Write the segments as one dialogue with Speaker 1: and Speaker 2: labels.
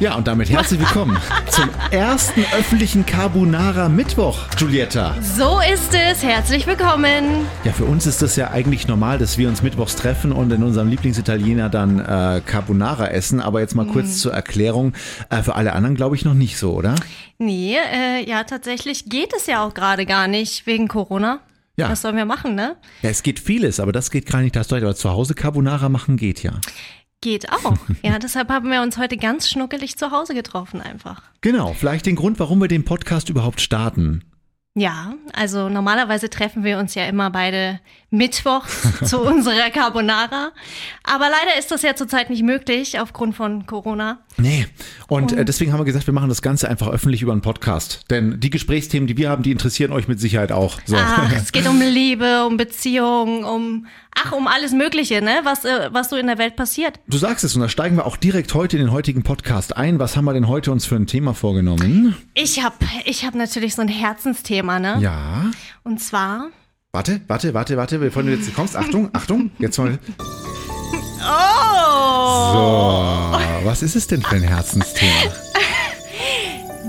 Speaker 1: Ja, und damit herzlich willkommen zum ersten öffentlichen Carbonara Mittwoch, Giulietta.
Speaker 2: So ist es. Herzlich willkommen.
Speaker 1: Ja, für uns ist das ja eigentlich normal, dass wir uns mittwochs treffen und in unserem Lieblingsitaliener dann äh, Carbonara essen. Aber jetzt mal kurz zur Erklärung. Äh, für alle anderen glaube ich noch nicht so, oder?
Speaker 2: Nee, äh, ja, tatsächlich geht es ja auch gerade gar nicht wegen Corona.
Speaker 1: Ja.
Speaker 2: Was sollen wir machen, ne?
Speaker 1: Ja, es geht vieles, aber das geht gar nicht, das deutlich. Aber zu Hause Carbonara machen geht ja.
Speaker 2: Geht auch. ja, deshalb haben wir uns heute ganz schnuckelig zu Hause getroffen einfach.
Speaker 1: Genau, vielleicht den Grund, warum wir den Podcast überhaupt starten.
Speaker 2: Ja, also normalerweise treffen wir uns ja immer beide mittwochs zu unserer Carbonara. Aber leider ist das ja zurzeit nicht möglich aufgrund von Corona.
Speaker 1: Nee. Und äh, deswegen haben wir gesagt, wir machen das Ganze einfach öffentlich über einen Podcast. Denn die Gesprächsthemen, die wir haben, die interessieren euch mit Sicherheit auch. So.
Speaker 2: Ach, es geht um Liebe, um Beziehungen, um, ach, um alles Mögliche, ne? Was, äh, was so in der Welt passiert.
Speaker 1: Du sagst es und da steigen wir auch direkt heute in den heutigen Podcast ein. Was haben wir denn heute uns für ein Thema vorgenommen?
Speaker 2: Ich hab, ich hab natürlich so ein Herzensthema, ne?
Speaker 1: Ja.
Speaker 2: Und zwar,
Speaker 1: Warte, warte, warte, warte, bevor du jetzt kommst. Achtung, Achtung, jetzt mal.
Speaker 2: oh,
Speaker 1: So, was ist es denn für ein Herzensthema?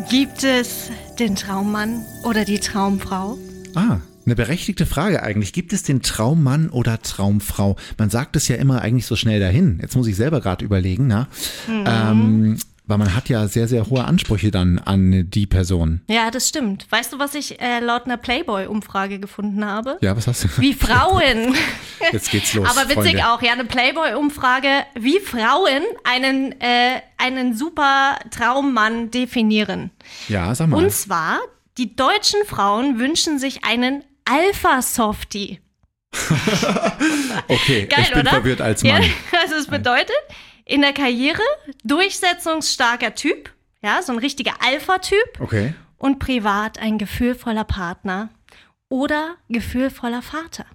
Speaker 2: gibt es den Traummann oder die Traumfrau?
Speaker 1: Ah, eine berechtigte Frage eigentlich. Gibt es den Traummann oder Traumfrau? Man sagt es ja immer eigentlich so schnell dahin. Jetzt muss ich selber gerade überlegen, na?
Speaker 2: Mhm.
Speaker 1: Ähm, weil man hat ja sehr, sehr hohe Ansprüche dann an die Person.
Speaker 2: Ja, das stimmt. Weißt du, was ich äh, laut einer Playboy-Umfrage gefunden habe?
Speaker 1: Ja, was hast du?
Speaker 2: Wie Frauen.
Speaker 1: Jetzt geht's los.
Speaker 2: Aber witzig
Speaker 1: Freunde.
Speaker 2: auch, ja, eine Playboy-Umfrage, wie Frauen einen, äh, einen super Traummann definieren.
Speaker 1: Ja, sag mal.
Speaker 2: Und zwar, die deutschen Frauen wünschen sich einen Alpha-Softie.
Speaker 1: Okay,
Speaker 2: Geil,
Speaker 1: ich bin
Speaker 2: oder?
Speaker 1: verwirrt als Mann.
Speaker 2: Ja, also es bedeutet, in der Karriere durchsetzungsstarker Typ, ja, so ein richtiger Alpha-Typ
Speaker 1: Okay.
Speaker 2: und privat ein gefühlvoller Partner oder gefühlvoller Vater.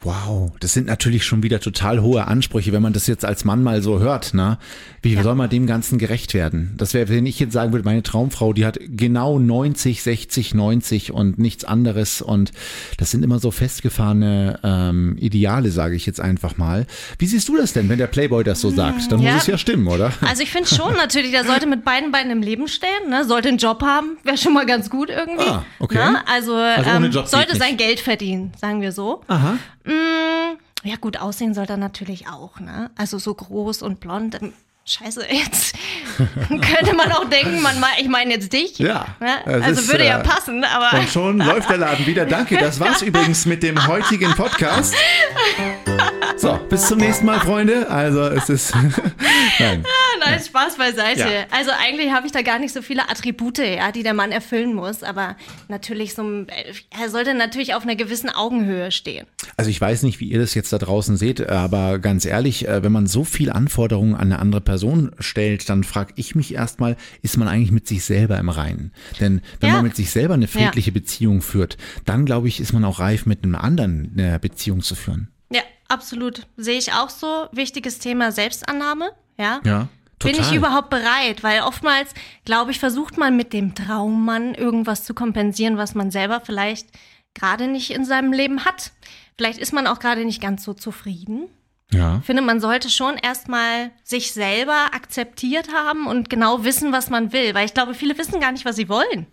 Speaker 1: Wow, das sind natürlich schon wieder total hohe Ansprüche, wenn man das jetzt als Mann mal so hört, ne? Wie soll man dem Ganzen gerecht werden? Das wäre, wenn ich jetzt sagen würde, meine Traumfrau, die hat genau 90, 60, 90 und nichts anderes und das sind immer so festgefahrene ähm, Ideale, sage ich jetzt einfach mal. Wie siehst du das denn, wenn der Playboy das so sagt? Dann
Speaker 2: ja.
Speaker 1: muss es ja stimmen, oder?
Speaker 2: Also ich finde schon natürlich, der sollte mit beiden Beinen im Leben stehen, ne? sollte einen Job haben, wäre schon mal ganz gut irgendwie.
Speaker 1: Ah, okay.
Speaker 2: Ne? Also,
Speaker 1: Also ohne
Speaker 2: ähm,
Speaker 1: Job geht
Speaker 2: sollte
Speaker 1: nicht.
Speaker 2: sein Geld verdienen, sagen wir so.
Speaker 1: Aha.
Speaker 2: Mm, ja gut, aussehen soll er natürlich auch, ne? Also so groß und blond. ähm, Scheiße, jetzt könnte man auch denken, man, mei- ich meine jetzt dich.
Speaker 1: Ja,
Speaker 2: Ne?
Speaker 1: es
Speaker 2: Also
Speaker 1: ist,
Speaker 2: würde ja
Speaker 1: äh,
Speaker 2: passen, aber
Speaker 1: Und schon läuft der Laden wieder. Danke, das war's übrigens mit dem heutigen Podcast. So, bis zum nächsten Mal, Freunde. Also, es ist. Nein.
Speaker 2: nein, Spaß beiseite.
Speaker 1: Ja.
Speaker 2: Also eigentlich habe ich da gar nicht so viele Attribute, ja, die der Mann erfüllen muss, aber natürlich so ein, er sollte natürlich auf einer gewissen Augenhöhe stehen.
Speaker 1: Also ich weiß nicht, wie ihr das jetzt da draußen seht, aber ganz ehrlich, äh, wenn man so viel Anforderungen an eine andere Person stellt, dann frage ich mich erstmal, ist man eigentlich mit sich selber im Reinen? Denn wenn
Speaker 2: Ja.
Speaker 1: man mit sich selber eine friedliche Beziehung führt, dann glaube ich, ist man auch reif, mit einem anderen eine Beziehung zu führen.
Speaker 2: Ja, absolut. Sehe ich auch so. Wichtiges Thema Selbstannahme. Ja.
Speaker 1: Ja, total.
Speaker 2: Bin ich überhaupt bereit? Weil oftmals, glaube ich, versucht man mit dem Traummann irgendwas zu kompensieren, was man selber vielleicht gerade nicht in seinem Leben hat. Vielleicht ist man auch gerade nicht ganz so zufrieden.
Speaker 1: Ja.
Speaker 2: Ich finde, man sollte schon erstmal sich selber akzeptiert haben und genau wissen, was man will. Weil ich glaube, viele wissen gar nicht, was sie wollen.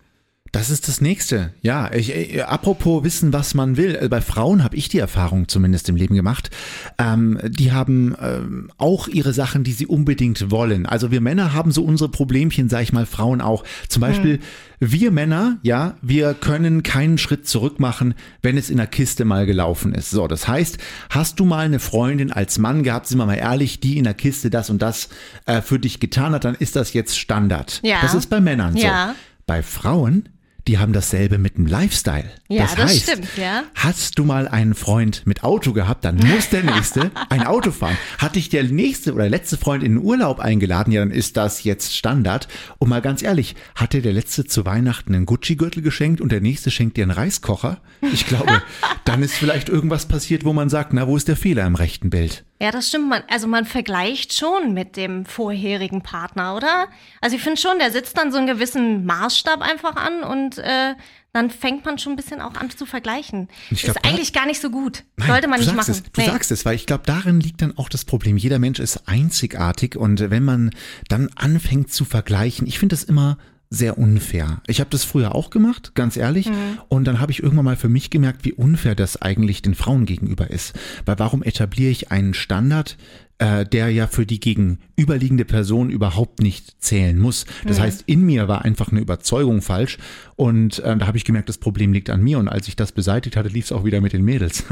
Speaker 1: Das ist das nächste. Ja, ich, äh, apropos wissen, was man will. Äh, Bei Frauen habe ich die Erfahrung zumindest im Leben gemacht. Ähm, die haben ähm, auch ihre Sachen, die sie unbedingt wollen. Also wir Männer haben so unsere Problemchen, sage ich mal, Frauen auch. Zum Beispiel wir Männer, ja, wir können keinen Schritt zurück machen, wenn es in der Kiste mal gelaufen ist. So, das heißt, hast du mal eine Freundin als Mann gehabt, sind wir mal ehrlich, die in der Kiste das und das äh, für dich getan hat, dann ist das jetzt Standard.
Speaker 2: Ja.
Speaker 1: Das ist bei Männern so.
Speaker 2: Ja.
Speaker 1: Bei Frauen, die haben dasselbe mit dem Lifestyle.
Speaker 2: Ja, das
Speaker 1: heißt,
Speaker 2: stimmt, ja.
Speaker 1: Hast du mal einen Freund mit Auto gehabt, dann muss der nächste ein Auto fahren. Hat dich der nächste oder letzte Freund in den Urlaub eingeladen, ja, dann ist das jetzt Standard. Und mal ganz ehrlich, hat dir der letzte zu Weihnachten einen Gucci-Gürtel geschenkt und der nächste schenkt dir einen Reiskocher? Ich glaube, dann ist vielleicht irgendwas passiert, wo man sagt, na, wo ist der Fehler im rechten Bild?
Speaker 2: Ja, das stimmt. Man, also man vergleicht schon mit dem vorherigen Partner, oder? Also ich finde schon, der setzt dann so einen gewissen Maßstab einfach an und äh, dann fängt man schon ein bisschen auch an zu vergleichen.
Speaker 1: Ich glaub,
Speaker 2: ist
Speaker 1: da-
Speaker 2: eigentlich gar nicht so gut.
Speaker 1: Nein,
Speaker 2: Sollte man
Speaker 1: du
Speaker 2: nicht
Speaker 1: sagst
Speaker 2: machen.
Speaker 1: Es, du sagst es, weil ich glaube, darin liegt dann auch das Problem. Jeder Mensch ist einzigartig und wenn man dann anfängt zu vergleichen, ich finde das immer sehr unfair. Ich habe das früher auch gemacht, ganz ehrlich.
Speaker 2: Mhm.
Speaker 1: Und dann habe ich irgendwann mal für mich gemerkt, wie unfair das eigentlich den Frauen gegenüber ist. Weil warum etabliere ich einen Standard, äh, der ja für die gegenüberliegende Person überhaupt nicht zählen muss.
Speaker 2: Mhm.
Speaker 1: Das heißt, in mir war einfach eine Überzeugung falsch und äh, da habe ich gemerkt, das Problem liegt an mir und als ich das beseitigt hatte, lief es auch wieder mit den Mädels.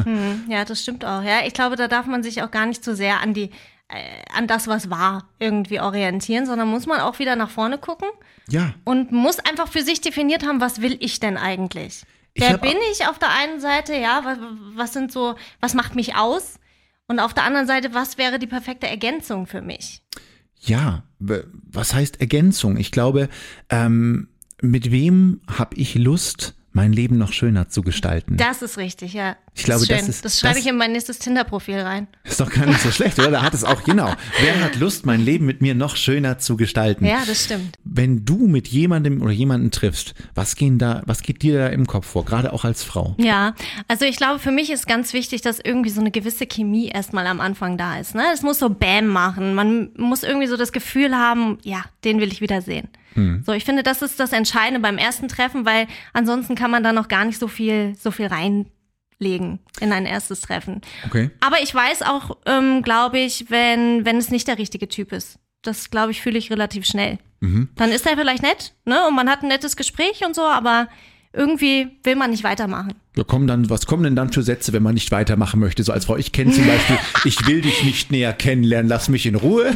Speaker 2: Ja, das stimmt auch. Ja, ich glaube, da darf man sich auch gar nicht so sehr an die äh, an das, was war, irgendwie orientieren, sondern muss man auch wieder nach vorne gucken
Speaker 1: Ja.
Speaker 2: und muss einfach für sich definiert haben, was will ich denn eigentlich?
Speaker 1: Ich
Speaker 2: Wer
Speaker 1: hab-
Speaker 2: bin ich auf der einen Seite, ja, was, was sind so, was macht mich aus? Und auf der anderen Seite, was wäre die perfekte Ergänzung für mich?
Speaker 1: Ja, w- was heißt Ergänzung? Ich glaube, ähm, mit wem habe ich Lust, mein Leben noch schöner zu gestalten?
Speaker 2: Das ist richtig, ja.
Speaker 1: Ich glaube, das
Speaker 2: schön.
Speaker 1: ist-
Speaker 2: Das schreibe
Speaker 1: das-
Speaker 2: ich in mein nächstes Tinder-Profil rein.
Speaker 1: Ist doch gar nicht so schlecht, oder? Da hat es auch, genau. Wer hat Lust, mein Leben mit mir noch schöner zu gestalten?
Speaker 2: Ja, das stimmt.
Speaker 1: Wenn du mit jemandem oder jemanden triffst, was gehen da, was geht dir da im Kopf vor, gerade auch als Frau?
Speaker 2: Ja, also ich glaube, für mich ist ganz wichtig, dass irgendwie so eine gewisse Chemie erstmal am Anfang da ist. Ne? Es muss so Bam machen. Man muss irgendwie so das Gefühl haben, ja, den will ich wiedersehen. So, ich finde, das ist das Entscheidende beim ersten Treffen, weil ansonsten kann man da noch gar nicht so viel, so viel reinlegen in ein erstes Treffen.
Speaker 1: Okay.
Speaker 2: Aber ich weiß auch, ähm, glaube ich, wenn, wenn es nicht der richtige Typ ist. Das, glaube ich, fühle ich relativ schnell. Dann ist er vielleicht nett, ne? Und man hat ein nettes Gespräch und so, aber irgendwie will man nicht weitermachen.
Speaker 1: Wir kommen dann, was kommen denn dann für Sätze, wenn man nicht weitermachen möchte? So als Frau, ich kenne zum Beispiel, ich will dich nicht näher kennenlernen, lass mich in Ruhe,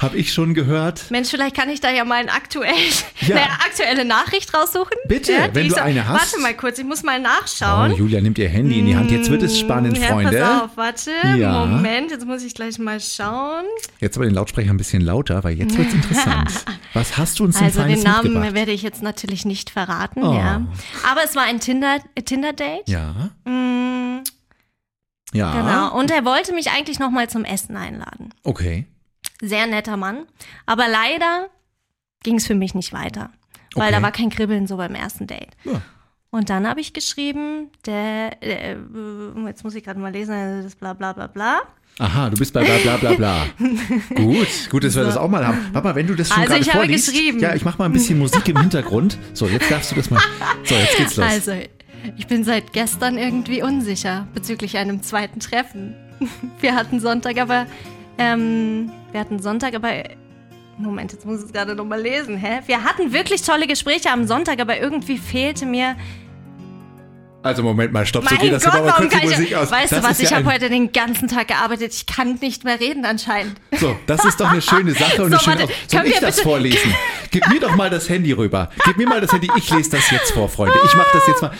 Speaker 1: habe ich schon gehört.
Speaker 2: Mensch, vielleicht kann ich da ja mal eine aktuelle,
Speaker 1: Ja.
Speaker 2: eine aktuelle Nachricht raussuchen.
Speaker 1: Bitte,
Speaker 2: die
Speaker 1: wenn
Speaker 2: ich
Speaker 1: du eine hast.
Speaker 2: Warte mal kurz, ich muss mal
Speaker 1: Oh,
Speaker 2: nachschauen.
Speaker 1: Julia nimmt ihr Handy in die Hand, jetzt wird es spannend,
Speaker 2: Mm, ja, Pass
Speaker 1: Freunde.
Speaker 2: auf, warte.
Speaker 1: Ja.
Speaker 2: Moment, jetzt muss ich gleich mal schauen.
Speaker 1: Jetzt aber den Lautsprecher ein bisschen lauter, weil jetzt wird's interessant. Was hast du uns denn
Speaker 2: Also
Speaker 1: Feines
Speaker 2: den Namen
Speaker 1: mitgebracht?
Speaker 2: werde ich jetzt natürlich nicht verraten,
Speaker 1: Oh.
Speaker 2: ja. Aber es war ein Tinder- äh, Tinder-Date.
Speaker 1: Ja, Ah.
Speaker 2: Mm,
Speaker 1: ja,
Speaker 2: Genau. Und er wollte mich eigentlich nochmal zum Essen einladen.
Speaker 1: okay.
Speaker 2: Sehr netter Mann. Aber leider ging es für mich nicht weiter. Weil
Speaker 1: Okay.
Speaker 2: da war kein Kribbeln so beim ersten Date.
Speaker 1: Ja.
Speaker 2: Und dann habe ich geschrieben, der, äh, äh, jetzt muss ich gerade mal lesen, also das bla bla bla bla.
Speaker 1: Aha, du bist bei bla bla bla bla. gut, gut, dass wir das auch mal haben. Warte mal, wenn du das schon
Speaker 2: Also,
Speaker 1: gerade
Speaker 2: ich habe
Speaker 1: vorliest.
Speaker 2: geschrieben.
Speaker 1: Ja, ich mach mal ein bisschen Musik im Hintergrund. So, jetzt darfst du das mal. So, jetzt geht's los.
Speaker 2: Also, ich bin seit gestern irgendwie unsicher bezüglich einem zweiten Treffen. Wir hatten Sonntag aber, ähm, wir hatten Sonntag aber, Moment, jetzt muss ich es gerade nochmal lesen, hä? Wir hatten wirklich tolle Gespräche am Sonntag, aber irgendwie fehlte mir,
Speaker 1: Also, Moment mal, stopp, so
Speaker 2: mein
Speaker 1: geht das
Speaker 2: Gott,
Speaker 1: aber
Speaker 2: warum
Speaker 1: kurz
Speaker 2: kann
Speaker 1: die
Speaker 2: ich,
Speaker 1: Musik aus.
Speaker 2: weißt
Speaker 1: das
Speaker 2: du was,
Speaker 1: ist
Speaker 2: ich
Speaker 1: ja
Speaker 2: habe
Speaker 1: ein,
Speaker 2: heute den ganzen Tag gearbeitet, ich kann nicht mehr reden anscheinend.
Speaker 1: So, das ist doch eine schöne Sache und
Speaker 2: So,
Speaker 1: eine schöne
Speaker 2: warte,
Speaker 1: Aus- Soll
Speaker 2: können
Speaker 1: ich
Speaker 2: wir
Speaker 1: das
Speaker 2: bitte-
Speaker 1: vorlesen? Gib mir doch mal das Handy rüber. Gib mir mal das Handy. Ich lese das jetzt vor, Freunde. Ich mache das jetzt mal.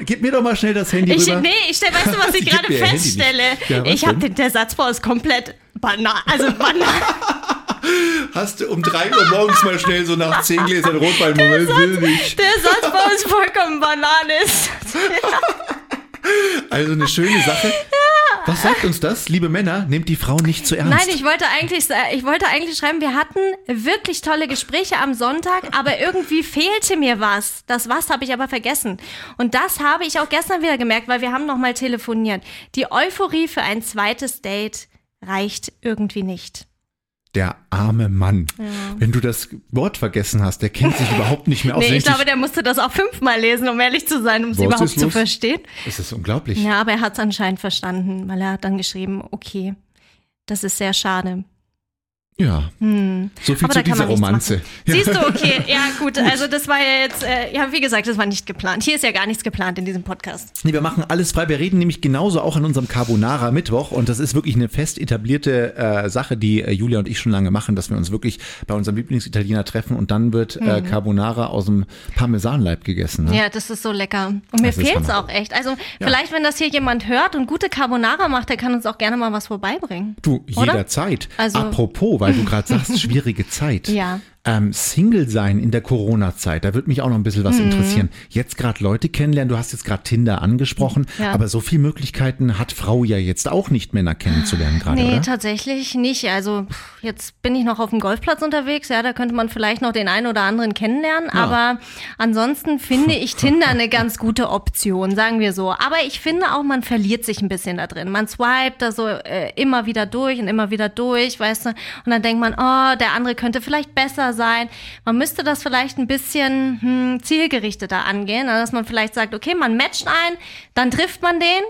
Speaker 1: Äh, gib mir doch mal schnell das Handy
Speaker 2: Ich,
Speaker 1: rüber.
Speaker 2: nee, ich stell, weißt du, was ich
Speaker 1: Gib
Speaker 2: gerade
Speaker 1: mir ihr Handy
Speaker 2: feststelle?
Speaker 1: nicht. Ja, was
Speaker 2: ich habe
Speaker 1: denn?
Speaker 2: den der Satzbau ist komplett banal, also banal.
Speaker 1: Hast du um 3 Uhr morgens mal schnell so nach 10 Gläsern Rotwein? Moment, will nicht.
Speaker 2: Der Satzbau ist vollkommen Banane. ist.
Speaker 1: Also eine schöne Sache. Was sagt uns das? Liebe Männer, nehmt die Frauen nicht zu ernst.
Speaker 2: Nein, ich wollte eigentlich, sa- ich wollte eigentlich schreiben, wir hatten wirklich tolle Gespräche am Sonntag, aber irgendwie fehlte mir was. Das was habe ich aber vergessen. Und das habe ich auch gestern wieder gemerkt, weil wir haben noch mal telefoniert. Die Euphorie für ein zweites Date reicht irgendwie nicht.
Speaker 1: Der arme Mann. Wenn du das Wort vergessen hast, der kennt sich überhaupt nicht mehr aus.
Speaker 2: Nee, ich
Speaker 1: Denkt sich,
Speaker 2: glaube, der musste das auch fünfmal lesen, um ehrlich zu sein, um es
Speaker 1: Was
Speaker 2: überhaupt
Speaker 1: ist
Speaker 2: zu
Speaker 1: los?
Speaker 2: verstehen.
Speaker 1: es ist unglaublich.
Speaker 2: Ja, aber er hat es anscheinend verstanden, weil er hat dann geschrieben, okay, das ist sehr schade.
Speaker 1: Ja. So viel
Speaker 2: Hm. Aber
Speaker 1: zu
Speaker 2: da kann
Speaker 1: dieser
Speaker 2: man nichts
Speaker 1: Romanze.
Speaker 2: machen. Siehst du, okay, ja gut, also das war ja jetzt, äh, ja wie gesagt, das war nicht geplant. Hier ist ja gar nichts geplant in diesem Podcast.
Speaker 1: Nee, wir machen alles frei. Wir reden nämlich genauso auch an unserem Carbonara Mittwoch und das ist wirklich eine fest etablierte äh, Sache, die äh, Julia und ich schon lange machen, dass wir uns wirklich bei unserem Lieblingsitaliener treffen und dann wird äh, Carbonara aus dem Parmesanleib gegessen. Ne?
Speaker 2: Mhm. Ja, das ist so lecker. Und mir
Speaker 1: Das ist
Speaker 2: fehlt es
Speaker 1: Hammer.
Speaker 2: auch echt. Also vielleicht, wenn das hier jemand hört und gute Carbonara macht, der kann uns auch gerne mal was vorbeibringen.
Speaker 1: Du,
Speaker 2: Oder?
Speaker 1: jederzeit.
Speaker 2: Also-
Speaker 1: Apropos, weil du gerade sagst, schwierige Zeit.
Speaker 2: Ja.
Speaker 1: ähm, Single sein in der Corona-Zeit, da würde mich auch noch ein bisschen
Speaker 2: Mhm.
Speaker 1: was interessieren. Jetzt gerade Leute kennenlernen, du hast jetzt gerade Tinder angesprochen,
Speaker 2: Ja.
Speaker 1: aber so viele Möglichkeiten hat Frau ja jetzt auch nicht, Männer kennenzulernen gerade,
Speaker 2: Ah, Nee,
Speaker 1: oder?
Speaker 2: tatsächlich nicht. Also pff, jetzt bin ich noch auf dem Golfplatz unterwegs. Ja, da könnte man vielleicht noch den einen oder anderen kennenlernen. Aber ansonsten finde ich Tinder eine ganz gute Option, sagen wir so. Aber ich finde auch, man verliert sich ein bisschen da drin. Man swipet da so äh, immer wieder durch und immer wieder durch, weißt du. Und dann denkt man, oh, der andere könnte vielleicht besser sein. Man müsste das vielleicht ein bisschen hm, zielgerichteter angehen, ne? dass man vielleicht sagt, okay, man matcht einen, dann trifft man den.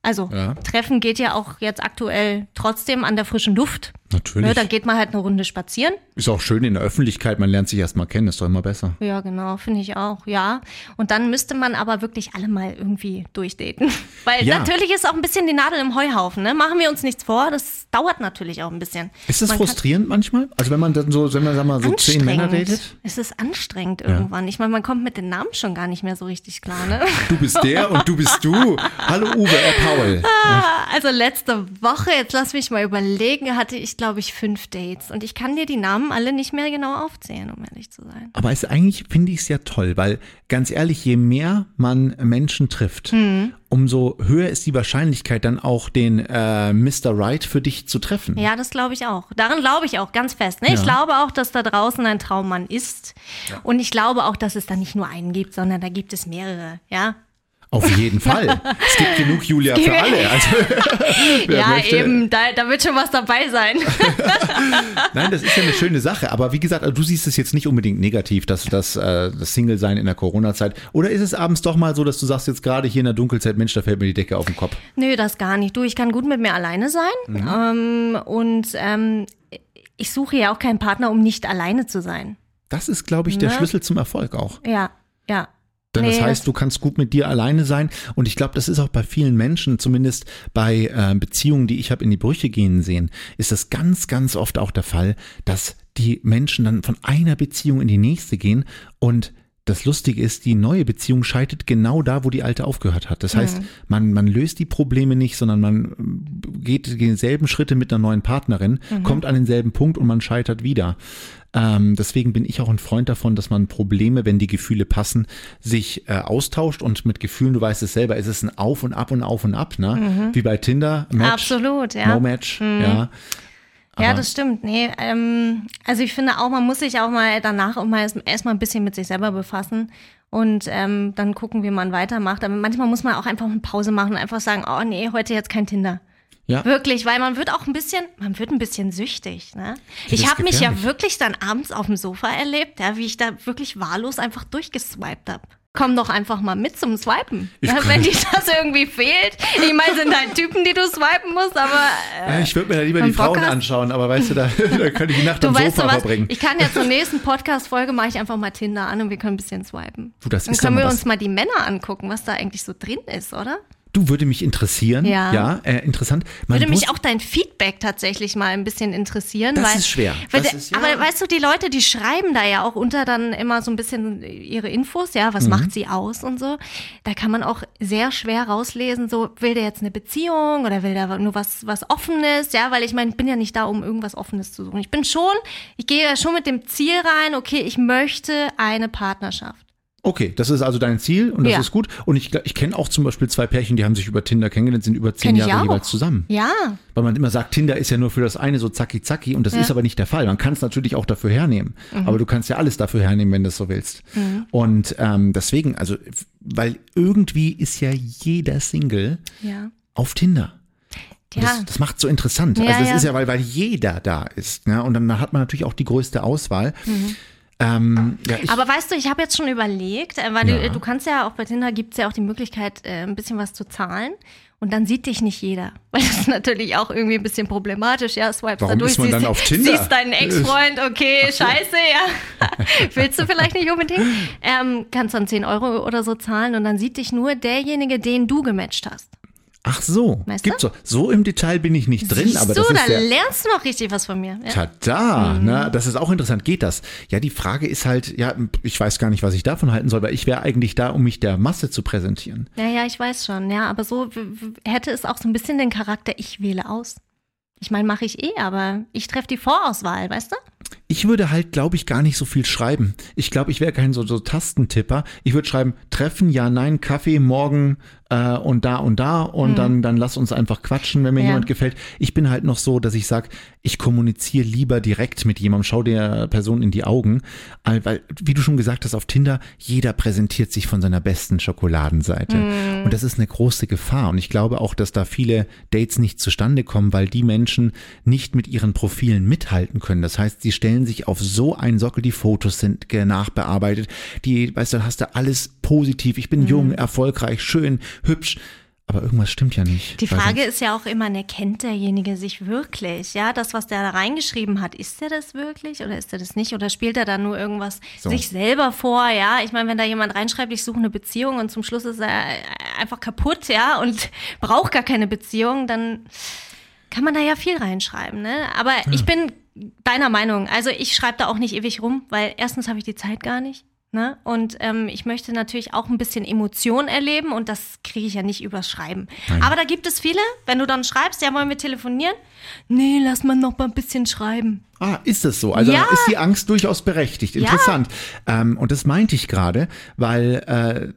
Speaker 2: Also
Speaker 1: Ja.
Speaker 2: Treffen geht ja auch jetzt aktuell trotzdem an der frischen Luft.
Speaker 1: Natürlich.
Speaker 2: Ne, da geht man halt eine Runde spazieren.
Speaker 1: Ist auch schön in der Öffentlichkeit, man lernt sich erstmal kennen, ist doch immer besser.
Speaker 2: Ja, genau, finde ich auch, ja. Und dann müsste man aber wirklich alle mal irgendwie durchdaten. Weil
Speaker 1: Ja.
Speaker 2: natürlich ist auch ein bisschen die Nadel im Heuhaufen, ne? Machen wir uns nichts vor, das dauert natürlich auch ein bisschen.
Speaker 1: Ist das
Speaker 2: Man kann-
Speaker 1: frustrierend manchmal? Also wenn man dann so, wenn man sagen wir mal so zehn Männer
Speaker 2: Anstrengend.
Speaker 1: datet?
Speaker 2: Es ist anstrengend irgendwann. Ich meine, man kommt mit den Namen schon gar nicht mehr so richtig klar, ne?
Speaker 1: Du bist der und du bist du. Hallo Uwe, er Paul.
Speaker 2: Also letzte Woche, jetzt lass mich mal überlegen, hatte ich, glaube ich, fünf Dates. Und ich kann dir die Namen alle nicht mehr genau aufzählen, um ehrlich zu sein.
Speaker 1: Aber es, eigentlich finde ich es ja toll, weil ganz ehrlich, je mehr man Menschen trifft,
Speaker 2: Hm.
Speaker 1: umso höher ist die Wahrscheinlichkeit dann auch den äh, Mr. Right für dich zu treffen.
Speaker 2: Ja, das glaube ich auch. Daran glaube ich auch ganz fest. Ne? Ich
Speaker 1: Ja.
Speaker 2: glaube auch, dass da draußen ein Traummann ist. Und ich glaube auch, dass es da nicht nur einen gibt, sondern da gibt es mehrere. Ja,
Speaker 1: Auf jeden Fall. es gibt genug Julia für alle. Also, wer
Speaker 2: ja
Speaker 1: möchte.
Speaker 2: eben, da, da wird schon was dabei sein.
Speaker 1: Nein, das ist ja eine schöne Sache. Aber wie gesagt, also du siehst es jetzt nicht unbedingt negativ, dass das, äh, das Single-Sein in der Corona-Zeit. Oder ist es abends doch mal so, dass du sagst, jetzt gerade hier in der Dunkelzeit, Mensch, da fällt mir die Decke auf den Kopf.
Speaker 2: Nö, das gar nicht. Du, ich kann gut mit mir alleine sein.
Speaker 1: Mhm.
Speaker 2: Ähm, und ähm, ich suche ja auch keinen Partner, um nicht alleine zu sein.
Speaker 1: Das ist, glaube ich, der
Speaker 2: Ne?
Speaker 1: Schlüssel zum Erfolg auch.
Speaker 2: Ja, ja.
Speaker 1: Denn das
Speaker 2: Nee,
Speaker 1: heißt, du kannst gut mit dir alleine sein. Und ich glaube, das ist auch bei vielen Menschen, zumindest bei äh, Beziehungen, die ich habe in die Brüche gehen sehen, ist das ganz, ganz oft auch der Fall, dass die Menschen dann von einer Beziehung in die nächste gehen. Und das Lustige ist, die neue Beziehung scheitert genau da, wo die alte aufgehört hat. Das heißt, man, man löst die Probleme nicht, sondern man äh, geht denselben Schritte mit einer neuen Partnerin, kommt an denselben Punkt und man scheitert wieder. Ähm, deswegen bin ich auch ein Freund davon, dass man Probleme, wenn die Gefühle passen, sich äh, austauscht und mit Gefühlen, du weißt es selber, es ist ein Auf und Ab und Auf und Ab, ne? Wie bei Tinder, Match,
Speaker 2: Mhm. Absolut, ja. Mhm.
Speaker 1: No Match, ja.
Speaker 2: Ja, das stimmt. Nee, ähm, also ich finde auch, man muss sich auch mal danach auch mal erst- erstmal ein bisschen mit sich selber befassen und ähm, dann gucken, wie man weitermacht. Aber manchmal muss man auch einfach eine Pause machen und einfach sagen, oh nee, heute jetzt kein Tinder.
Speaker 1: Ja.
Speaker 2: Wirklich, weil man wird auch ein bisschen, man wird ein bisschen süchtig. Ne? Ich
Speaker 1: das
Speaker 2: habe mich ja
Speaker 1: gefährlich.
Speaker 2: wirklich dann abends auf dem Sofa erlebt, ja, wie ich da wirklich wahllos einfach durchgeswiped habe. Komm doch einfach mal mit zum Swipen. Ne?
Speaker 1: kann-
Speaker 2: Wenn dir das irgendwie fehlt. Ich meine, sind halt Typen, die du swipen musst, aber
Speaker 1: Äh, Ich würde mir da lieber
Speaker 2: Wenn
Speaker 1: die Frauen
Speaker 2: Bock hast-
Speaker 1: anschauen, aber weißt du, da, da könnte ich die Nacht am Sofa
Speaker 2: du was?
Speaker 1: verbringen.
Speaker 2: Ich kann ja zur nächsten Podcast-Folge mache ich einfach mal Tinder an und wir können ein bisschen swipen.
Speaker 1: Du, das
Speaker 2: Dann
Speaker 1: ist doch
Speaker 2: können
Speaker 1: mal
Speaker 2: wir
Speaker 1: was.
Speaker 2: uns mal die Männer angucken, was da eigentlich so drin ist, oder?
Speaker 1: Du würde mich interessieren, ja,
Speaker 2: Ja.
Speaker 1: äh, interessant. Man
Speaker 2: Würde
Speaker 1: muss-
Speaker 2: mich auch dein Feedback tatsächlich mal ein bisschen interessieren.
Speaker 1: Das
Speaker 2: weil,
Speaker 1: ist schwer.
Speaker 2: Weil
Speaker 1: Das
Speaker 2: der-
Speaker 1: ist- ja.
Speaker 2: Aber weißt du, die Leute, die schreiben da ja auch unter dann immer so ein bisschen ihre Infos, ja,
Speaker 1: Mhm.
Speaker 2: was macht sie aus und so. Da kann man auch sehr schwer rauslesen, so will der jetzt eine Beziehung oder will der nur was, was Offenes, ja, weil ich meine, ich bin ja nicht da, um irgendwas Offenes zu suchen. Ich bin schon, ich gehe ja schon mit dem Ziel rein, okay, ich möchte eine Partnerschaft.
Speaker 1: Okay, das ist also dein Ziel und das
Speaker 2: Ja.
Speaker 1: ist gut. Und ich, ich kenne auch zum Beispiel zwei Pärchen, die haben sich über Tinder kennengelernt, sind über zehn
Speaker 2: Kenn ich
Speaker 1: Jahre
Speaker 2: auch.
Speaker 1: jeweils zusammen.
Speaker 2: Ja,
Speaker 1: Weil man immer sagt, Tinder ist ja nur für das eine so zacki zacki und das ist aber nicht der Fall. Man kann es natürlich auch dafür hernehmen,
Speaker 2: Mhm.
Speaker 1: aber du kannst ja alles dafür hernehmen, wenn du es so willst. Und ähm, deswegen, also, weil irgendwie ist ja jeder Single
Speaker 2: ja.
Speaker 1: auf Tinder. Und
Speaker 2: Ja.
Speaker 1: Das, das macht so interessant.
Speaker 2: Ja,
Speaker 1: also das
Speaker 2: ja.
Speaker 1: ist ja, weil, weil jeder da ist. Ne? Und dann hat man natürlich auch die größte Auswahl. Ähm, ja, ich,
Speaker 2: Mhm. Aber weißt du, ich habe jetzt schon überlegt, äh, weil
Speaker 1: Ja.
Speaker 2: du, du kannst ja auch bei Tinder gibt's ja auch die Möglichkeit, äh, ein bisschen was zu zahlen. Und dann sieht dich nicht jeder. Weil das ist natürlich auch irgendwie ein bisschen problematisch. Ja, swipes da
Speaker 1: Warum
Speaker 2: durch,
Speaker 1: ist man
Speaker 2: siehst,
Speaker 1: dann auf Tinder?
Speaker 2: siehst deinen Ex-Freund, okay, scheiße, ja. Willst du vielleicht nicht unbedingt? Ähm, kannst dann 10 Euro oder so zahlen und dann sieht dich nur derjenige, den du gematcht hast.
Speaker 1: ach so,
Speaker 2: Weißt du?
Speaker 1: gibt's so. So im Detail bin ich nicht drin,
Speaker 2: Siehst
Speaker 1: aber
Speaker 2: du,
Speaker 1: das
Speaker 2: da
Speaker 1: ist der,
Speaker 2: lernst du noch richtig was von mir. Ja. Mhm.
Speaker 1: Tada, ne? das ist auch interessant. Geht das? Ja, die Frage ist halt, ja, ich weiß gar nicht, was ich davon halten soll, weil ich wäre eigentlich da, um mich der Masse zu präsentieren.
Speaker 2: Naja, ich weiß schon, ja, aber so w- w- hätte es auch so ein bisschen den Charakter, ich wähle aus. Ich meine, mache ich eh, aber ich treffe die Vorauswahl, weißt du?
Speaker 1: ich würde halt, glaube ich, gar nicht so viel schreiben. Ich glaube, ich wäre kein so, so Tastentipper. Ich würde schreiben, treffen, ja, nein, Kaffee, morgen äh, und da und da und dann, dann lass uns einfach quatschen, wenn mir
Speaker 2: Mhm. Ja.
Speaker 1: jemand gefällt. Ich bin halt noch so, dass ich sage, ich kommuniziere lieber direkt mit jemandem, schau der Person in die Augen. Äh, Weil, wie du schon gesagt hast, auf Tinder, jeder präsentiert sich von seiner besten Schokoladenseite.
Speaker 2: Mhm.
Speaker 1: Und das ist eine große Gefahr. Und ich glaube auch, dass da viele Dates nicht zustande kommen, weil die Menschen nicht mit ihren Profilen mithalten können. Das heißt, sie stellen sich auf so einen Sockel, die Fotos sind ge- nachbearbeitet, die, weißt du, hast du alles positiv, ich bin
Speaker 2: Mhm.
Speaker 1: jung, erfolgreich, schön, hübsch. Aber irgendwas stimmt ja nicht.
Speaker 2: Die
Speaker 1: Weiß
Speaker 2: Frage ist ja auch immer, ne, kennt derjenige sich wirklich? Ja, das, was der da reingeschrieben hat, ist er das wirklich oder ist er das nicht? Oder spielt er da nur irgendwas
Speaker 1: So.
Speaker 2: sich selber vor? Ja, ich meine, wenn da jemand reinschreibt, ich suche eine Beziehung und zum Schluss ist er einfach kaputt, ja, und braucht gar keine Beziehung, dann kann man da ja viel reinschreiben, ne? Aber ich bin deiner Meinung. Also ich schreibe da auch nicht ewig rum, weil erstens habe ich die Zeit gar nicht. Ne? Und ähm, ich möchte natürlich auch ein bisschen Emotion erleben und das kriege ich ja nicht übers Schreiben.
Speaker 1: Nein.
Speaker 2: Aber da gibt es viele, wenn du dann schreibst, ja, wollen wir telefonieren? Nee, lass mal noch mal ein bisschen schreiben.
Speaker 1: Ah, ist das so? Also
Speaker 2: Ja.
Speaker 1: ist die Angst durchaus berechtigt. Interessant. Ähm, und das meinte ich gerade, weil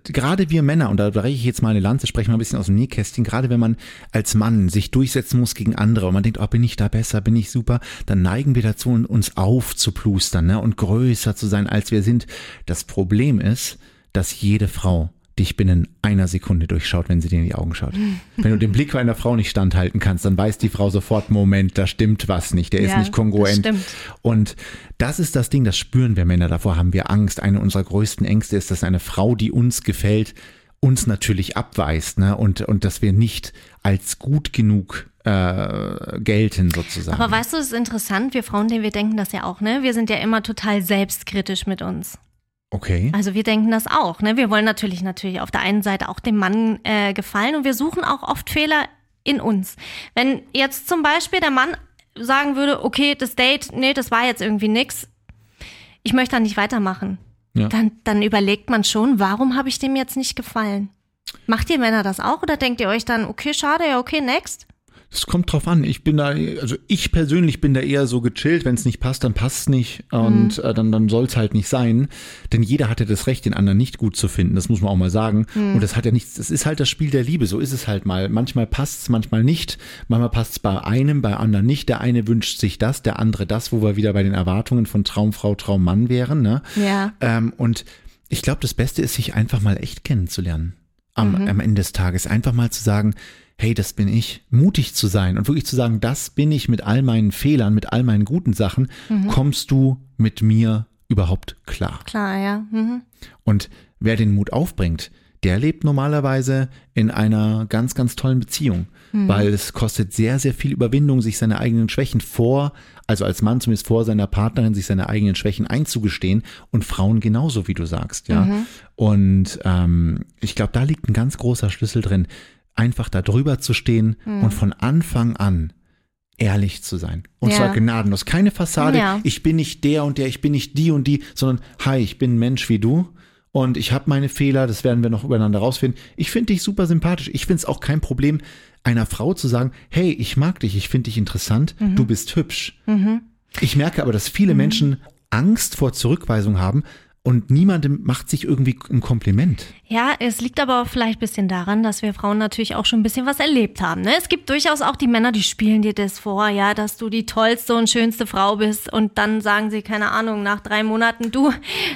Speaker 1: äh, gerade wir Männer, und da breche ich jetzt mal eine Lanze, sprechen wir ein bisschen aus dem Nähkästchen, gerade wenn man als Mann sich durchsetzen muss gegen andere und man denkt, oh, bin ich da besser, bin ich super, dann neigen wir dazu, uns aufzuplustern ne, und größer zu sein, als wir sind. Das Problem ist, dass jede Frau dich binnen einer Sekunde durchschaut, wenn sie dir in die Augen schaut. Wenn du den Blick einer Frau nicht standhalten kannst, dann weiß die Frau sofort, Moment, da stimmt was nicht, der ist
Speaker 2: Ja,
Speaker 1: nicht kongruent.
Speaker 2: das stimmt.
Speaker 1: Und das ist das Ding, das spüren wir Männer, davor haben wir Angst. Eine unserer größten Ängste ist, dass eine Frau, die uns gefällt, uns natürlich abweist ne? und, und dass wir nicht als gut genug äh, gelten sozusagen.
Speaker 2: Aber weißt du, es ist interessant, wir Frauen, denen wir denken das ja auch, ne? Wir sind ja immer total selbstkritisch mit uns.
Speaker 1: okay.
Speaker 2: Also wir denken das auch. Ne? Wir wollen natürlich natürlich auf der einen Seite auch dem Mann äh, gefallen und wir suchen auch oft Fehler in uns. Wenn jetzt zum Beispiel der Mann sagen würde, okay, das Date, nee, das war jetzt irgendwie nix, ich möchte da nicht weitermachen,
Speaker 1: Ja.
Speaker 2: dann, dann überlegt man schon, warum habe ich dem jetzt nicht gefallen? Macht ihr Männer das auch oder denkt ihr euch dann, okay, schade, ja, okay, next?
Speaker 1: Es kommt drauf an. Ich bin da, also ich persönlich bin da eher so gechillt. Wenn es nicht passt, dann passt es nicht und äh, dann, dann soll es halt nicht sein. Denn jeder hatte das Recht, den anderen nicht gut zu finden. Das muss man auch mal sagen. Und das hat ja nichts, das ist halt das Spiel der Liebe. So ist es halt mal. Manchmal passt es, manchmal nicht. Manchmal passt es bei einem, bei anderen nicht. Der eine wünscht sich das, der andere das, wo wir wieder bei den Erwartungen von Traumfrau, Traummann wären. Ne?
Speaker 2: Ja.
Speaker 1: Ähm, und ich glaube, das Beste ist, sich einfach mal echt kennenzulernen. Am, am Ende des Tages. Einfach mal zu sagen, hey, das bin ich. Mutig zu sein und wirklich zu sagen, das bin ich mit all meinen Fehlern, mit all meinen guten Sachen. Kommst du mit mir überhaupt klar?
Speaker 2: Klar, ja. Mhm.
Speaker 1: Und wer den Mut aufbringt, der lebt normalerweise in einer ganz, ganz tollen Beziehung, weil es kostet sehr, sehr viel Überwindung, sich seine eigenen Schwächen vor, also als Mann zumindest vor seiner Partnerin, sich seine eigenen Schwächen einzugestehen und Frauen genauso, wie du sagst, ja. Und ähm, ich glaube, da liegt ein ganz großer Schlüssel drin, einfach da drüber zu stehen und von Anfang an ehrlich zu sein. Und
Speaker 2: Ja.
Speaker 1: zwar gnadenlos. Keine Fassade.
Speaker 2: Ja.
Speaker 1: Ich bin nicht der und der, ich bin nicht die und die, sondern hi, ich bin ein Mensch wie du. Und ich habe meine Fehler, das werden wir noch übereinander rausfinden. Ich finde dich super sympathisch. Ich finde es auch kein Problem, einer Frau zu sagen, hey, ich mag dich, ich finde dich interessant,
Speaker 2: Mhm.
Speaker 1: du bist hübsch. Ich merke aber, dass viele Menschen Angst vor Zurückweisung haben und niemandem macht sich irgendwie ein Kompliment.
Speaker 2: Ja, es liegt aber auch vielleicht ein bisschen daran, dass wir Frauen natürlich auch schon ein bisschen was erlebt haben. Ne? Es gibt durchaus auch die Männer, die spielen dir das vor, ja, dass du die tollste und schönste Frau bist und dann sagen sie, keine Ahnung, nach drei Monaten, du,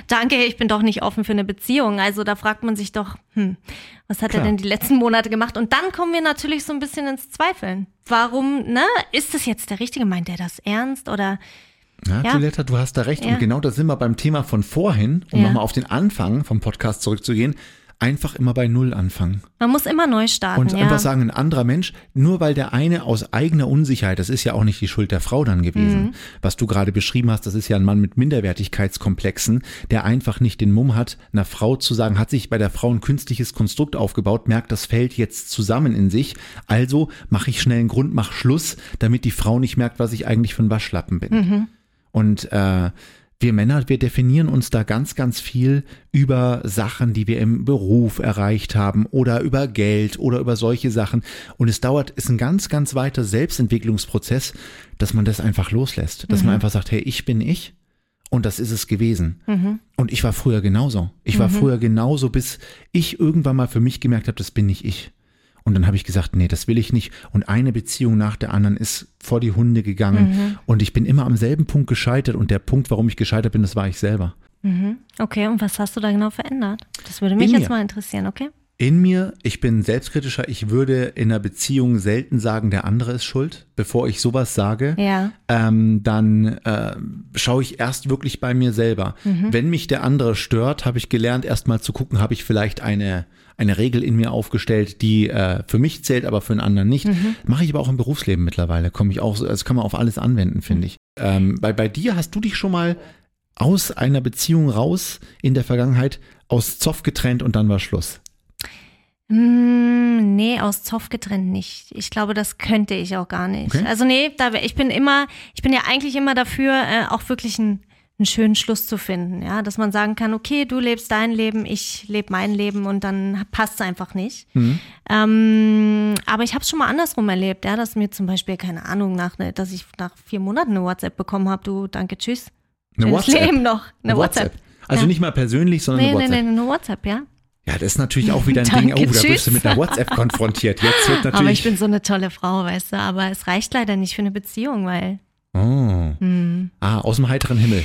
Speaker 2: danke, ich bin doch nicht offen für eine Beziehung. Also da fragt man sich doch, hm, was hat
Speaker 1: Klar.
Speaker 2: er denn die letzten Monate gemacht? Und dann kommen wir natürlich so ein bisschen ins Zweifeln. Warum, ne? Ist das jetzt der Richtige? Meint der das ernst? Oder
Speaker 1: Ja,
Speaker 2: Ja.
Speaker 1: Juletta, du hast da recht.
Speaker 2: Ja.
Speaker 1: Und genau da sind wir beim Thema von vorhin, um
Speaker 2: Ja.
Speaker 1: nochmal auf den Anfang vom Podcast zurückzugehen. Einfach immer bei Null anfangen.
Speaker 2: man muss immer neu starten.
Speaker 1: Und
Speaker 2: ja.
Speaker 1: einfach sagen, ein anderer Mensch, nur weil der eine aus eigener Unsicherheit, das ist ja auch nicht die Schuld der Frau dann gewesen, was du gerade beschrieben hast, das ist ja ein Mann mit Minderwertigkeitskomplexen, der einfach nicht den Mumm hat, einer Frau zu sagen, hat sich bei der Frau ein künstliches Konstrukt aufgebaut, merkt, das fällt jetzt zusammen in sich, also mache ich schnell einen Grund, mach Schluss, damit die Frau nicht merkt, was ich eigentlich für ein Waschlappen bin. Und äh, wir Männer, wir definieren uns da ganz, ganz viel über Sachen, die wir im Beruf erreicht haben oder über Geld oder über solche Sachen. Und es dauert, ist ein ganz, ganz weiter Selbstentwicklungsprozess, dass man das einfach loslässt. Dass man einfach sagt, hey, ich bin ich und das ist es gewesen. Und ich war früher genauso. Ich war früher genauso, bis ich irgendwann mal für mich gemerkt habe, das bin nicht ich. Und dann habe ich gesagt, nee, das will ich nicht. Und eine Beziehung nach der anderen ist vor die Hunde gegangen. Und ich bin immer am selben Punkt gescheitert. Und der Punkt, warum ich gescheitert bin, das war ich selber.
Speaker 2: Okay, und was hast du da genau verändert? Das würde mich
Speaker 1: In
Speaker 2: jetzt
Speaker 1: mir.
Speaker 2: mal interessieren, okay?
Speaker 1: In mir, ich bin selbstkritischer. Ich würde in einer Beziehung selten sagen, der andere ist schuld. Bevor ich sowas sage,
Speaker 2: Ja.
Speaker 1: ähm, dann äh, schaue ich erst wirklich bei mir selber.
Speaker 2: Mhm.
Speaker 1: Wenn mich der andere stört, habe ich gelernt, erst mal zu gucken, habe ich vielleicht eine, eine Regel in mir aufgestellt, die äh, für mich zählt, aber für einen anderen nicht.
Speaker 2: Mhm.
Speaker 1: Mache ich aber auch im Berufsleben mittlerweile. Komme ich auch, so- das kann man auf alles anwenden,
Speaker 2: Mhm.
Speaker 1: finde ich. Ähm, bei, bei dir hast du dich schon mal aus einer Beziehung raus in der Vergangenheit aus Zoff getrennt und dann war Schluss.
Speaker 2: Mm, nee, aus Zoff getrennt nicht. Ich glaube, das könnte ich auch gar nicht.
Speaker 1: Okay.
Speaker 2: Also nee, da, wär- ich bin immer, ich bin ja eigentlich immer dafür, äh, auch wirklich einen, einen schönen Schluss zu finden, ja, dass man sagen kann, okay, du lebst dein Leben, ich lebe mein Leben und dann passt es einfach nicht.
Speaker 1: Mhm.
Speaker 2: Ähm, aber ich habe es schon mal andersrum erlebt, ja, dass mir zum Beispiel keine Ahnung nach, ne, dass ich nach vier Monaten eine WhatsApp bekommen habe, du, danke, tschüss,
Speaker 1: Eine
Speaker 2: schönes
Speaker 1: WhatsApp.
Speaker 2: Leben noch, eine, WhatsApp.
Speaker 1: Also
Speaker 2: Ja.
Speaker 1: nicht mal persönlich, sondern
Speaker 2: Nee,
Speaker 1: eine
Speaker 2: nee,
Speaker 1: WhatsApp.
Speaker 2: nee, eine WhatsApp, ja.
Speaker 1: Ja, das ist natürlich auch wieder ein Ding.
Speaker 2: Danke,
Speaker 1: Oh, da wirst
Speaker 2: tschüss.
Speaker 1: du mit einer WhatsApp konfrontiert. Jetzt wird natürlich.
Speaker 2: Aber ich bin so eine tolle Frau, weißt du. Aber es reicht leider nicht für eine Beziehung, weil.
Speaker 1: oh. Ah, aus dem heiteren Himmel.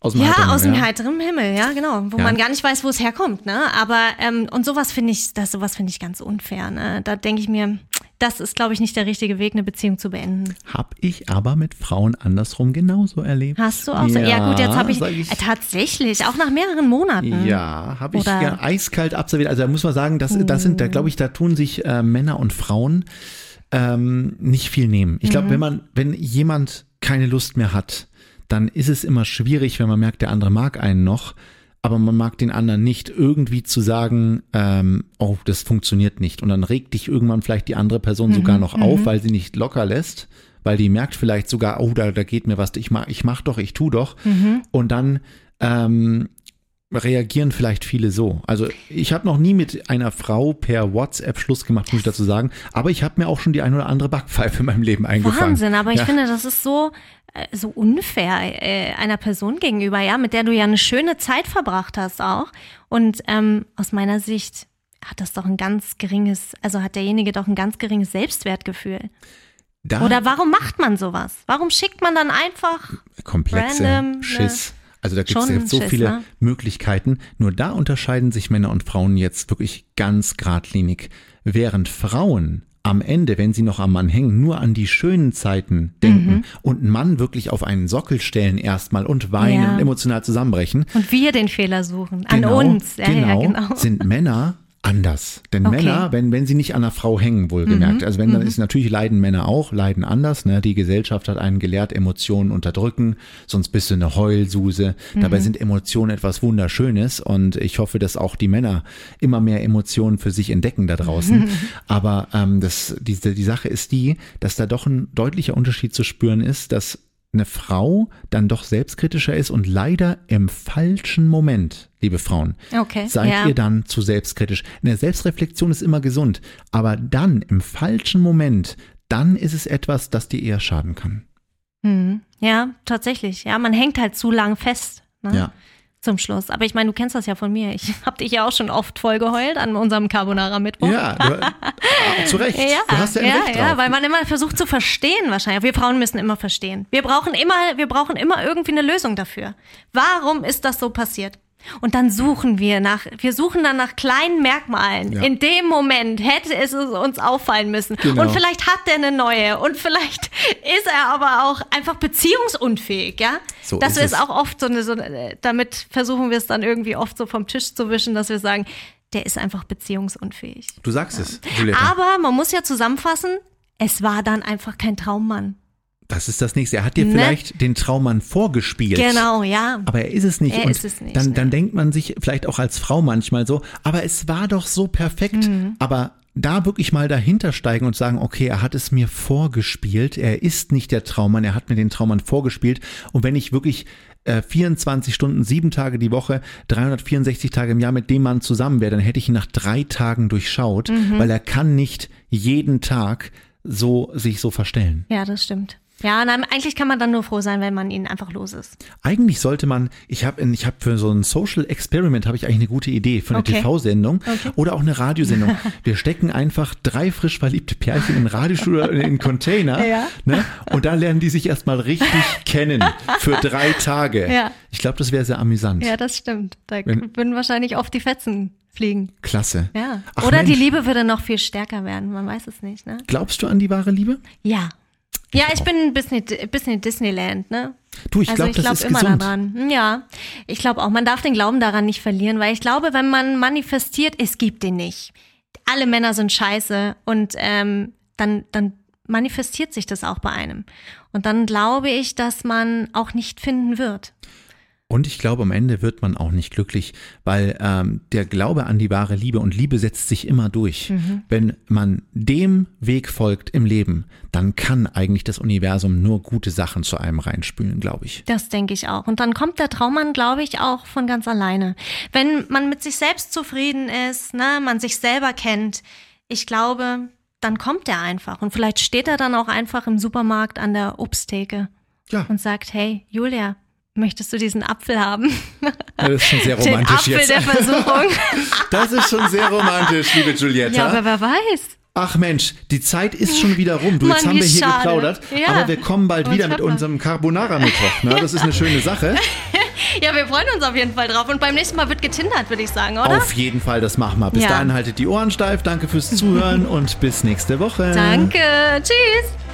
Speaker 1: Aus dem heiteren
Speaker 2: Ja, aus dem
Speaker 1: Himmel.
Speaker 2: heiteren Himmel, ja, genau. Wo
Speaker 1: Ja.
Speaker 2: man gar nicht weiß, wo es herkommt, ne? Aber, ähm, und sowas finde ich, das sowas finde ich ganz unfair, ne? Da denke ich mir, das ist, glaube ich, nicht der richtige Weg, eine Beziehung zu beenden.
Speaker 1: Ja. Hab ich aber mit Frauen andersrum genauso erlebt.
Speaker 2: Hast du auch so? Ja, gut, jetzt habe ich,
Speaker 1: sag
Speaker 2: äh, tatsächlich, auch nach mehreren Monaten.
Speaker 1: Ja, habe ich
Speaker 2: Oder-
Speaker 1: ja eiskalt absolviert. Also da muss man sagen, das, das sind, da glaube ich, da tun sich äh, Männer und Frauen ähm, nicht viel nehmen. Ich glaube, wenn man, wenn jemand keine Lust mehr hat, dann ist es immer schwierig, wenn man merkt, der andere mag einen noch, aber man mag den anderen nicht, irgendwie zu sagen, ähm, oh, das funktioniert nicht. Und dann regt dich irgendwann vielleicht die andere Person sogar noch auf, weil sie nicht locker lässt, weil die merkt vielleicht sogar, oh, da, da geht mir was, ich mach, ich mach doch, ich tu doch. Und dann ähm, reagieren vielleicht viele so. Also ich habe noch nie mit einer Frau per WhatsApp Schluss gemacht, muss ich dazu sagen. Aber ich habe mir auch schon die ein oder andere Backpfeife in meinem Leben eingefangen.
Speaker 2: Wahnsinn, aber ich
Speaker 1: ja.
Speaker 2: finde, das ist so, äh, so unfair äh, einer Person gegenüber, ja, mit der du ja eine schöne Zeit verbracht hast auch. Und ähm, aus meiner Sicht hat das doch ein ganz geringes, also hat derjenige doch ein ganz geringes Selbstwertgefühl.
Speaker 1: Da
Speaker 2: Oder warum macht man sowas? Warum schickt man dann einfach?
Speaker 1: komplexe
Speaker 2: random, ne?
Speaker 1: Schiss. Also da gibt
Speaker 2: Schon
Speaker 1: es so
Speaker 2: Schiss,
Speaker 1: viele
Speaker 2: ne?
Speaker 1: Möglichkeiten. Nur da unterscheiden sich Männer und Frauen jetzt wirklich ganz geradlinig. Während Frauen am Ende, wenn sie noch am Mann hängen, nur an die schönen Zeiten denken
Speaker 2: Mhm.
Speaker 1: und einen Mann wirklich auf einen Sockel stellen erstmal und weinen
Speaker 2: Ja.
Speaker 1: und emotional zusammenbrechen,
Speaker 2: Und wir den Fehler suchen. An uns. Ja,
Speaker 1: genau,
Speaker 2: ja, genau.
Speaker 1: sind Männer anders. Denn
Speaker 2: Okay.
Speaker 1: Männer, wenn, wenn sie nicht an einer Frau hängen, wohlgemerkt. Also wenn, dann ist natürlich leiden Männer auch, leiden anders. Ne? Die Gesellschaft hat einen gelehrt, Emotionen unterdrücken, sonst bist du eine Heulsuse. Dabei sind Emotionen etwas Wunderschönes und ich hoffe, dass auch die Männer immer mehr Emotionen für sich entdecken da draußen. Aber ähm, das, die, die Sache ist die, dass da doch ein deutlicher Unterschied zu spüren ist, dass eine Frau dann doch selbstkritischer ist und leider im falschen Moment, liebe Frauen,
Speaker 2: Okay,
Speaker 1: seid
Speaker 2: ja.
Speaker 1: ihr dann zu selbstkritisch. Eine Selbstreflexion ist immer gesund, aber dann im falschen Moment, dann ist es etwas, das dir eher schaden kann.
Speaker 2: Hm. Ja, tatsächlich. Ja, man hängt halt zu lang fest. Ne?
Speaker 1: Ja.
Speaker 2: Zum Schluss. Aber ich meine, du kennst das ja von mir. Ich habe dich ja auch schon oft voll geheult an unserem Carbonara-Mittwoch.
Speaker 1: Ja, du, zu Recht.
Speaker 2: Oh. Ja,
Speaker 1: du hast ja ein
Speaker 2: ja,
Speaker 1: Recht
Speaker 2: ja,
Speaker 1: drauf.
Speaker 2: weil man immer versucht zu verstehen wahrscheinlich. Wir Frauen müssen immer verstehen. Wir brauchen immer, wir brauchen immer irgendwie eine Lösung dafür. Warum ist das so passiert? Und dann suchen wir nach, wir suchen dann nach kleinen Merkmalen.
Speaker 1: Ja.
Speaker 2: In dem Moment hätte es uns auffallen müssen.
Speaker 1: Genau.
Speaker 2: Und vielleicht hat der eine neue und vielleicht ist er aber auch einfach beziehungsunfähig, ja?
Speaker 1: So
Speaker 2: das
Speaker 1: ist
Speaker 2: ist
Speaker 1: es.
Speaker 2: auch oft so eine, so eine, damit versuchen wir es dann irgendwie oft so vom Tisch zu wischen, dass wir sagen, der ist einfach beziehungsunfähig.
Speaker 1: du sagst es, Juliette.
Speaker 2: Aber man muss ja zusammenfassen, es war dann einfach kein Traummann.
Speaker 1: Das ist das nächste. Er hat dir
Speaker 2: Ne?
Speaker 1: vielleicht den Traummann vorgespielt.
Speaker 2: Genau, ja.
Speaker 1: Aber er ist es nicht.
Speaker 2: Er
Speaker 1: und
Speaker 2: ist es nicht,
Speaker 1: Dann,
Speaker 2: ne.
Speaker 1: dann denkt man sich vielleicht auch als Frau manchmal so, aber es war doch so perfekt.
Speaker 2: Mhm.
Speaker 1: Aber da wirklich mal dahinter steigen und sagen, okay, er hat es mir vorgespielt, er ist nicht der Traummann, er hat mir den Traummann vorgespielt. Und wenn ich wirklich äh, 24 Stunden, sieben Tage die Woche, 364 Tage im Jahr mit dem Mann zusammen wäre, dann hätte ich ihn nach drei Tagen durchschaut,
Speaker 2: Mhm.
Speaker 1: weil er kann nicht jeden Tag so sich so verstellen.
Speaker 2: Ja, das stimmt. Ja, nein, eigentlich kann man dann nur froh sein, wenn man ihn einfach los ist.
Speaker 1: Eigentlich sollte man, ich habe ich hab für so ein Social Experiment, habe ich eigentlich eine gute Idee für eine
Speaker 2: Okay.
Speaker 1: TV-Sendung oder auch eine Radiosendung. Wir stecken einfach drei frisch verliebte Pärchen in Radiostudio äh, in einen Container
Speaker 2: Ja.
Speaker 1: ne, und da lernen die sich erstmal richtig kennen für drei Tage.
Speaker 2: Ja.
Speaker 1: Ich glaube, das wäre sehr amüsant.
Speaker 2: Ja, das stimmt. Da
Speaker 1: Wenn-
Speaker 2: würden wahrscheinlich oft die Fetzen fliegen.
Speaker 1: Klasse.
Speaker 2: Ja.
Speaker 1: Ach,
Speaker 2: Oder die
Speaker 1: Mensch.
Speaker 2: Liebe würde noch viel stärker werden. Man weiß es nicht, ne?
Speaker 1: Glaubst du an die wahre Liebe?
Speaker 2: Ja. Ja, ich bin ein bisschen, ein bisschen Disneyland, ne?
Speaker 1: Du, ich
Speaker 2: also
Speaker 1: glaube,
Speaker 2: ich
Speaker 1: das
Speaker 2: glaube
Speaker 1: ist
Speaker 2: immer
Speaker 1: gesund.
Speaker 2: daran. Hm, Ja, ich glaube auch. Man darf den Glauben daran nicht verlieren, weil ich glaube, wenn man manifestiert, es gibt den nicht. Alle Männer sind scheiße und ähm, dann, dann manifestiert sich das auch bei einem. Und dann glaube ich, dass man auch nicht finden wird.
Speaker 1: Und ich glaube, am Ende wird man auch nicht glücklich, weil ähm, der Glaube an die wahre Liebe und Liebe setzt sich immer durch.
Speaker 2: Mhm.
Speaker 1: Wenn man dem Weg folgt im Leben, dann kann eigentlich das Universum nur gute Sachen zu einem reinspülen, glaube ich.
Speaker 2: Das denke ich auch. Und dann kommt der Traummann, glaube ich, auch von ganz alleine. Wenn man mit sich selbst zufrieden ist, ne, man sich selber kennt, ich glaube, dann kommt er einfach. Und vielleicht steht er dann auch einfach im Supermarkt an der Obsttheke
Speaker 1: Ja,
Speaker 2: und sagt, hey, Julia, möchtest du diesen Apfel haben?
Speaker 1: das ist schon sehr
Speaker 2: Den
Speaker 1: romantisch
Speaker 2: Apfel
Speaker 1: jetzt.
Speaker 2: der Versuchung.
Speaker 1: Das ist schon sehr romantisch, liebe Julietta.
Speaker 2: ja, aber wer weiß.
Speaker 1: Ach Mensch, die Zeit ist schon wieder rum. Du,
Speaker 2: Mann,
Speaker 1: jetzt haben
Speaker 2: wie
Speaker 1: wir hier
Speaker 2: schade.
Speaker 1: geplaudert,
Speaker 2: Ja.
Speaker 1: aber wir kommen bald
Speaker 2: Aber
Speaker 1: wieder
Speaker 2: ich
Speaker 1: mit
Speaker 2: hoffe-
Speaker 1: unserem Carbonara-Mittwoch. Ne? Das ist eine schöne Sache.
Speaker 2: Ja, wir freuen uns auf jeden Fall drauf. Und beim nächsten Mal wird getindert, würde ich sagen, oder?
Speaker 1: Auf äh, jeden Fall, das machen wir. Bis
Speaker 2: Ja.
Speaker 1: dahin haltet die Ohren steif. Danke fürs Zuhören und bis nächste Woche.
Speaker 2: Danke. Tschüss.